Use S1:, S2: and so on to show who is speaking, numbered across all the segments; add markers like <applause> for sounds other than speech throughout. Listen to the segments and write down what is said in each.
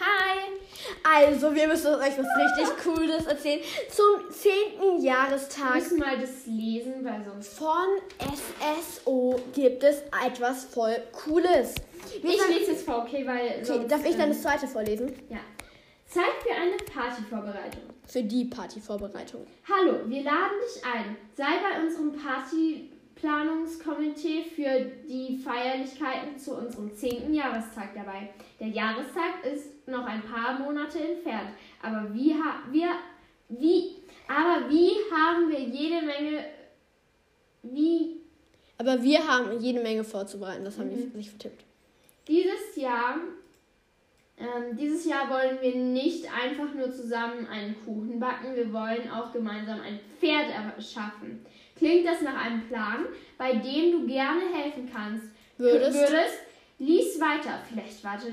S1: Hi!
S2: Also, wir müssen euch was richtig Cooles erzählen zum 10.
S1: Wir
S2: Jahrestag.
S1: müssen mal das lesen, weil sonst.
S2: Von SSO gibt es etwas voll Cooles. Wir
S1: Ich
S2: sagen-
S1: lese es vor, okay, weil.
S2: okay,
S1: sonst,
S2: darf ich dann
S1: ähm,
S2: das zweite vorlesen?
S1: Ja. Zeit für eine Partyvorbereitung.
S2: Für die Partyvorbereitung.
S1: Hallo, wir laden dich ein. Sei bei unserem Partyplanungskomitee für die Feierlichkeiten zu unserem 10. Jahrestag dabei. Der Jahrestag ist noch ein paar Monate entfernt, aber wie ha wir wie aber wie haben wir jede Menge wie
S2: Aber wir haben jede Menge vorzubereiten, das haben
S1: Mhm.
S2: die sich vertippt.
S1: dieses Jahr ähm, dieses Jahr wollen wir nicht einfach nur zusammen einen Kuchen backen, wir wollen auch gemeinsam ein Pferd erschaffen. Klingt das nach einem Plan, bei dem du gerne helfen kannst?
S2: Würdest?
S1: Würdest? Lies weiter, vielleicht wartet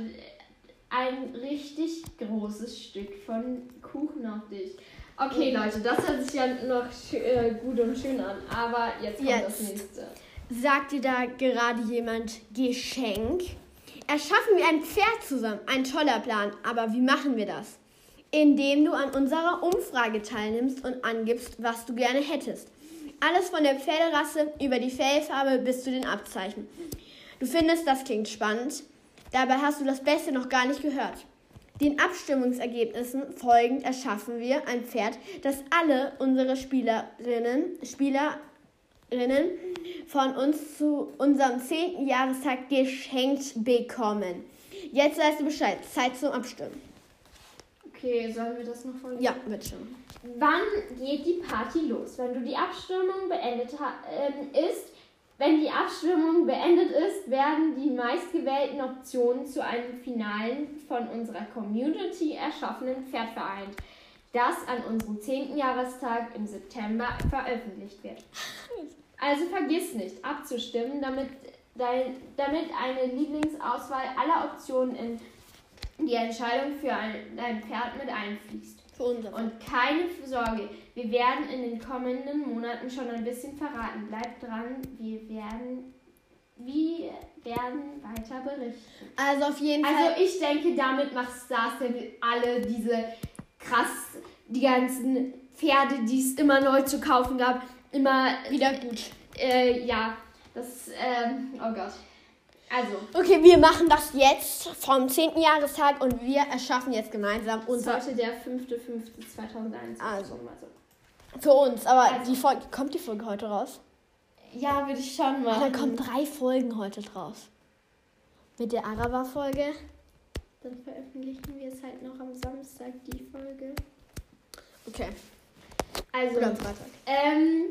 S1: ein richtig großes Stück von Kuchen auf dich. Okay, Leute, das hört sich ja noch schö- äh, gut und schön an, aber jetzt kommt das
S2: Jetzt.
S1: nächste.
S2: Sagt dir da gerade jemand Geschenk? Erschaffen wir ein Pferd zusammen. Ein toller Plan. Aber wie machen wir das? Indem du an unserer Umfrage teilnimmst und angibst, was du gerne hättest. Alles von der Pferderasse über die Fellfarbe bis zu den Abzeichen. Du findest, das klingt spannend. Dabei hast du das Beste noch gar nicht gehört. Den Abstimmungsergebnissen folgend erschaffen wir ein Pferd, das alle unsere Spielerinnen, Spieler Rinnen von uns zu unserem 10. Jahrestag geschenkt bekommen. Jetzt weißt du Bescheid. Zeit zum Abstimmen.
S1: Okay, sollen wir das noch vorlesen?
S2: Ja, wird schon.
S1: Wann geht die Party los? Wenn du die Abstimmung beendet ha- ähm, ist, wenn die Abstimmung beendet ist, werden die meistgewählten Optionen zu einem finalen von unserer Community erschaffenen Pferd vereint, das an unserem 10. Jahrestag im September veröffentlicht wird. Also vergiss nicht, abzustimmen, damit, dein, damit eine Lieblingsauswahl aller Optionen in die Entscheidung für ein, dein Pferd mit einfließt.
S2: Für unser.
S1: Und keine Sorge, wir werden in den kommenden Monaten schon ein bisschen verraten. Bleibt dran, wir werden, wir werden weiter berichten.
S2: Also auf jeden Fall.
S1: Also ich denke, damit macht Star Stable alle diese krass, die ganzen Pferde, die es immer neu zu kaufen gab, immer
S2: wieder gut.
S1: äh, ja, das, ähm, oh Gott. Also,
S2: Okay, wir machen das jetzt vom 10. Jahrestag und wir erschaffen jetzt gemeinsam unser.
S1: sollte der 5.5.2021
S2: Also.
S1: mal so.
S2: Für uns. Aber
S1: Also.
S2: die Folge. Kommt die Folge heute raus?
S1: Ja, würde ich schon
S2: Ah,
S1: machen.
S2: Da kommen drei Folgen heute draus. Mit der Araber-Folge.
S1: Dann veröffentlichen wir es halt noch am Samstag, die Folge.
S2: Okay.
S1: Also,
S2: Oder am Freitag.
S1: ähm,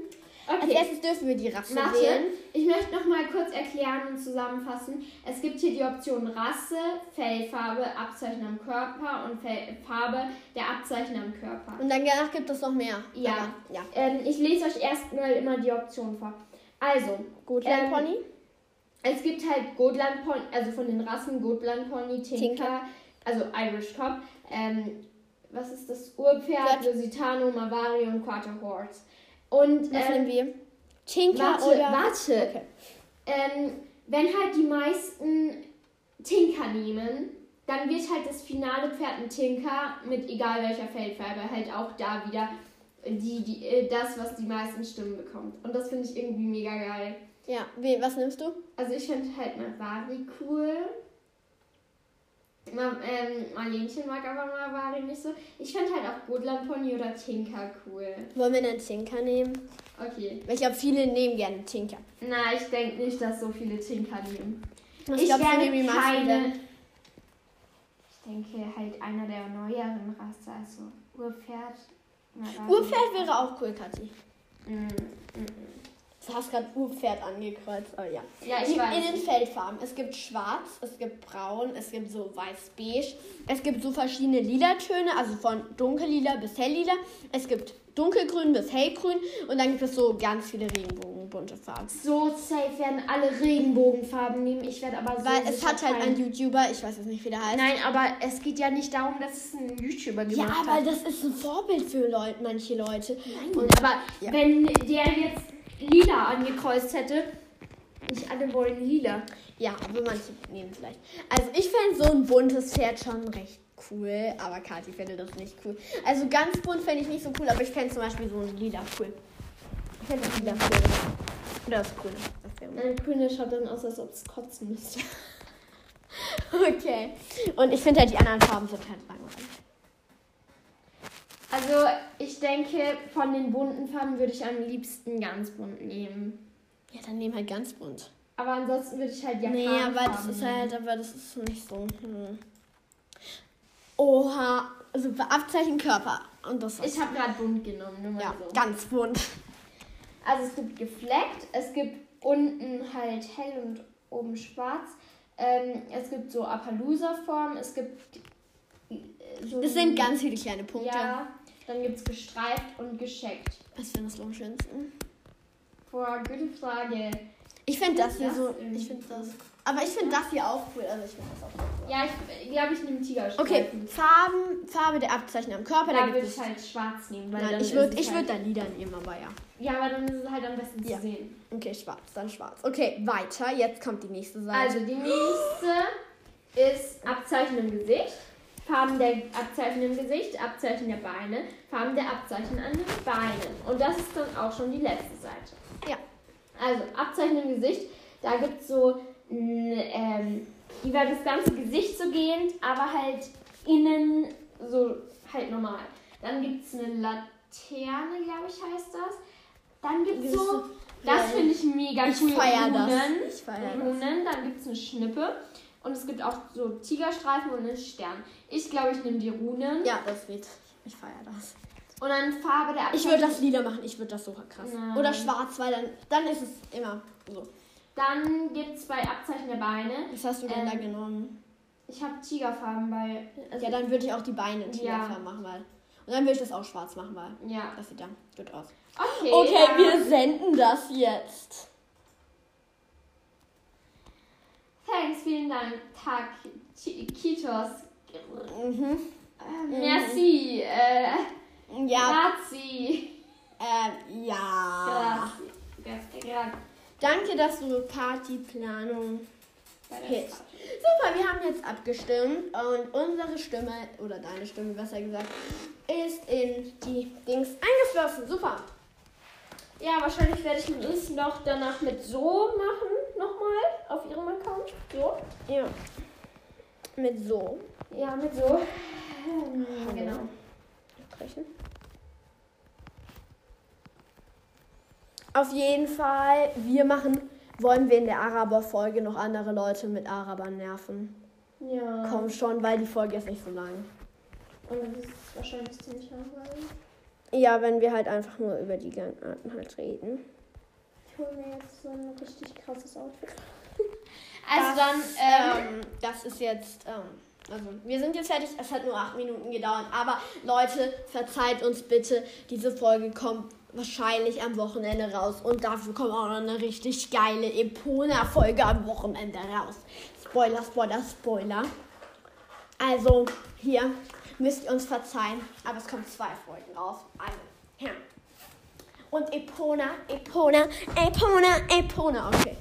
S2: Als
S1: okay.
S2: erstes dürfen wir die Rasse
S1: Warte,
S2: wählen.
S1: ich möchte noch mal kurz erklären und zusammenfassen. Es gibt hier die Option Rasse, Fellfarbe, Abzeichen am Körper und Fell Farbe der Abzeichen am Körper.
S2: Und dann danach gibt es noch mehr.
S1: Ja.
S2: Aber, ja.
S1: Ähm, ich lese euch erstmal immer die Option vor. Also,
S2: Gotland
S1: Ähm,
S2: Pony.
S1: Es gibt halt Gotland Pony, also von den Rassen Gotland Pony, Tinker,
S2: Tinker.
S1: also Irish Cop, ähm, was ist das? Urpferd,
S2: Pferd.
S1: Lusitano, Mavari und Quarter Horse. Und
S2: Was
S1: ähm,
S2: nehmen wir? Tinker
S1: warte,
S2: oder.
S1: warte.
S2: Okay.
S1: Ähm, wenn halt die meisten Tinker nehmen, dann wird halt das finale Pferd ein Tinker mit egal welcher Feldfarbe halt auch da wieder die, die, äh, das, was die meisten Stimmen bekommt. Und das finde ich irgendwie mega geil.
S2: Ja, wen, was nimmst du?
S1: Also ich finde halt Mavari cool. Ma, ähm, Marlenchen mag aber Mavari nicht so. Ich finde halt auch Gotland Pony oder Tinker cool.
S2: Wollen wir einen Tinker nehmen?
S1: Okay.
S2: Weil ich glaube, viele nehmen gerne Tinker.
S1: Na, ich denke nicht, dass so viele Tinker nehmen.
S2: Ich, glaube, wir ne? nehmen die meisten. gerne.
S1: Ich denke halt einer der neueren Rasse, also Urpferd. Mavari.
S2: Urpferd wäre auch cool, Kathi.
S1: Mm, mm, mm.
S2: Du hast gerade Urpferd angekreuzt, aber ja.
S1: Ja, ich
S2: Die- In
S1: weiß.
S2: den Feldfarben. Es gibt schwarz, es gibt braun, es gibt so weiß-beige. Es gibt so verschiedene Lila-Töne, also von dunkellila bis helllila. Es gibt dunkelgrün bis hellgrün. Und dann gibt es so ganz viele Regenbogenbunte Farben.
S1: So safe werden alle Regenbogenfarben nehmen. Ich werde aber so
S2: Weil es
S1: sicher
S2: hat halt
S1: keinen-
S2: ein YouTuber, ich weiß jetzt nicht, wie der heißt.
S1: Nein, aber es geht ja nicht darum, dass es ein YouTuber
S2: Ja,
S1: gemacht
S2: aber
S1: hat.
S2: das ist ein Vorbild für Leut, manche Leute.
S1: Und aber
S2: Ja.
S1: wenn der jetzt lila angekreuzt hätte, nicht alle wollen lila.
S2: Ja, aber manche nehmen vielleicht. Also ich fände so ein buntes Pferd schon recht cool, aber Kathi fände das nicht cool. Also ganz bunt fände ich nicht so cool, aber ich fände zum Beispiel so ein lila cool. Ich fände das lila cool. Oder das grüne. Das wäre
S1: Ein grüne schaut dann aus, als ob es kotzen müsste.
S2: <laughs> Okay. Und ich finde halt die anderen Farben sind halt langweilig.
S1: Also, ich denke, von den bunten Farben würde ich am liebsten ganz bunt nehmen.
S2: Ja, dann nehmen halt ganz bunt.
S1: Aber ansonsten würde ich halt ja
S2: nee,
S1: Farbenfarben
S2: aber das ist
S1: nehmen.
S2: halt, aber das ist nicht so. Hm. Oha, super Abzeichen Körper. Und das war's.
S1: Ich habe gerade bunt genommen, nur mal
S2: ja,
S1: so.
S2: ganz bunt.
S1: Also es gibt gefleckt, es gibt unten halt hell und oben schwarz. Ähm, es gibt so Appaloosa-Formen, es gibt äh, so...
S2: Das sind ganz viele kleine Punkte.
S1: Ja, dann gibt es gestreift und gescheckt.
S2: Was findest du am schönsten?
S1: Boah, gute Frage.
S2: Ich finde das hier
S1: Das
S2: so.
S1: irgendwie
S2: Ich finde das. Aber ich finde das hier auch cool. Also ich finde das auch cool.
S1: Ja, ich glaube, ich nehme Tigerstreifen.
S2: Okay, Farben, Farbe der Abzeichen am Körper.
S1: Da
S2: Da
S1: würde
S2: gibt
S1: ich
S2: es.
S1: halt schwarz nehmen, weil
S2: Nein,
S1: dann
S2: ich würde
S1: ist es
S2: ich
S1: halt,
S2: würd dann Lieder nehmen, aber ja.
S1: Ja, aber dann ist es halt am besten
S2: Ja.
S1: zu sehen.
S2: Okay, schwarz, dann schwarz. Okay, weiter. Jetzt kommt die nächste Seite.
S1: Also die nächste ist Abzeichen im Gesicht. Farben der Abzeichen im Gesicht, Abzeichen der Beine, Farben der Abzeichen an den Beinen. Und das ist dann auch schon die letzte Seite.
S2: Ja.
S1: Also Abzeichen im Gesicht, da gibt es so n, ähm, über das ganze Gesicht so gehend, aber halt innen so halt normal. Dann gibt es eine Laterne, glaube ich, heißt das. Dann gibt es
S2: Das ist
S1: so,
S2: so
S1: das
S2: geil.
S1: finde Also, ich mega
S2: ich
S1: cool.
S2: feiere
S1: Runen.
S2: das. Ich feiere das.
S1: Runen, Äh, dann gibt es eine Schnippe und es gibt auch so Tigerstreifen und einen Stern. Ich glaube, ich nehme die Runen
S2: Ja, das geht. Ich feiere das.
S1: und dann Farbe der
S2: Ich würde das Lieder machen. Ich würde das so krass.
S1: Nein.
S2: Oder schwarz, weil dann, dann ist es immer so.
S1: Dann gibt es bei Abzeichen der Beine,
S2: Was hast du denn
S1: Ähm,
S2: da genommen?
S1: ich habe Tigerfarben bei. Also,
S2: ja, dann würde ich auch die Beine in
S1: Ja.
S2: Tigerfarben machen, weil. Und dann würde ich das auch schwarz machen, weil.
S1: ja.
S2: Das sieht dann gut aus.
S1: Okay,
S2: Okay,
S1: ja.
S2: wir senden das jetzt.
S1: Thanks, vielen Dank. Tag, Ki- Kitos.
S2: Mhm.
S1: Äh, Merci. Äh,
S2: Ja, Ah.
S1: Grazie.
S2: ähm, ja.
S1: Grazie. Grazie. Grazie.
S2: Danke, dass du Partyplanung.
S1: Bei der
S2: Hit.
S1: Frage.
S2: Super, wir haben jetzt abgestimmt und unsere Stimme, oder deine Stimme besser gesagt, ist in die Dings eingeflossen. Super.
S1: Ja, wahrscheinlich werde ich mit uns noch danach mit so machen, nochmal auf ihrem Account. So.
S2: Ja. Mit so.
S1: Ja, mit so. Ähm, <laughs> Genau.
S2: Abbrechen. Auf jeden Fall, wir machen, wollen wir in der Araber-Folge noch andere Leute mit Arabern nerven.
S1: Ja.
S2: Komm schon, weil die Folge ist nicht so lang.
S1: Und das ist wahrscheinlich ziemlich langweilig.
S2: Ja, wenn wir halt einfach nur über die Gangarten halt reden.
S1: Ich hole mir jetzt so ein richtig krasses Outfit. <laughs> Also dann, ähm,
S2: Ähm, das ist jetzt, ähm, also wir sind jetzt fertig. Es hat nur acht Minuten gedauert. Aber Leute, verzeiht uns bitte. Diese Folge kommt wahrscheinlich am Wochenende raus. Und dafür kommt auch noch eine richtig geile Epona-Folge am Wochenende raus. Spoiler, Spoiler, Spoiler. Also, hier müsst ihr uns verzeihen. Aber es kommen zwei Folgen raus. Also, ja. Und Epona, Epona, Epona, Epona. Okay.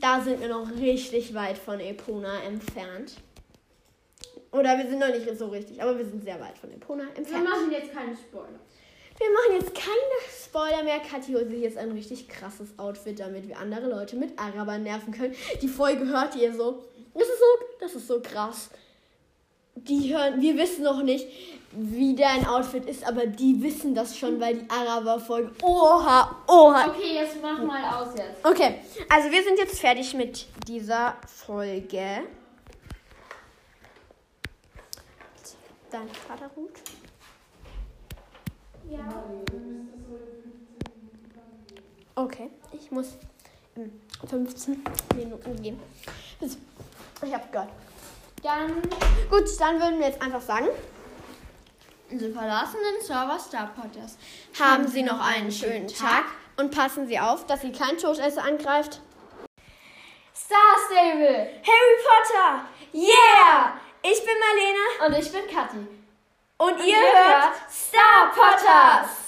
S2: Da sind wir noch richtig weit von Epona entfernt. Oder wir sind noch nicht so richtig, aber wir sind sehr weit von Epona
S1: wir
S2: entfernt.
S1: machen jetzt keine Spoiler.
S2: Wir machen jetzt keine Spoiler mehr. Kathi holt sich jetzt ein richtig krasses Outfit, damit wir andere Leute mit Arabern nerven können. Die Folge hört ihr so. Das ist so, das ist so krass. Die hören, wir wissen noch nicht, wie dein Outfit ist, aber die wissen das schon, weil die Araber folgen. Oha, oha,
S1: Okay, jetzt mach mal aus jetzt.
S2: Okay, also wir sind jetzt fertig mit dieser Folge. Dein Vater ruht.
S1: Ja.
S2: Okay, ich muss ähm, 15 Minuten gehen. Das- Ich hab gehört.
S1: Dann
S2: Gut, dann würden wir jetzt einfach sagen. Sie verlassen den Server Star Podcast. Haben Sie noch einen schönen Tag und passen Sie auf, dass Sie kein Toastesser angreift.
S1: Star Stable.
S2: Harry Potter! Yeah! Ich bin Marlene
S1: Und ich bin Kathi.
S2: und, ihr
S1: ihr hört
S2: hört Star Potters!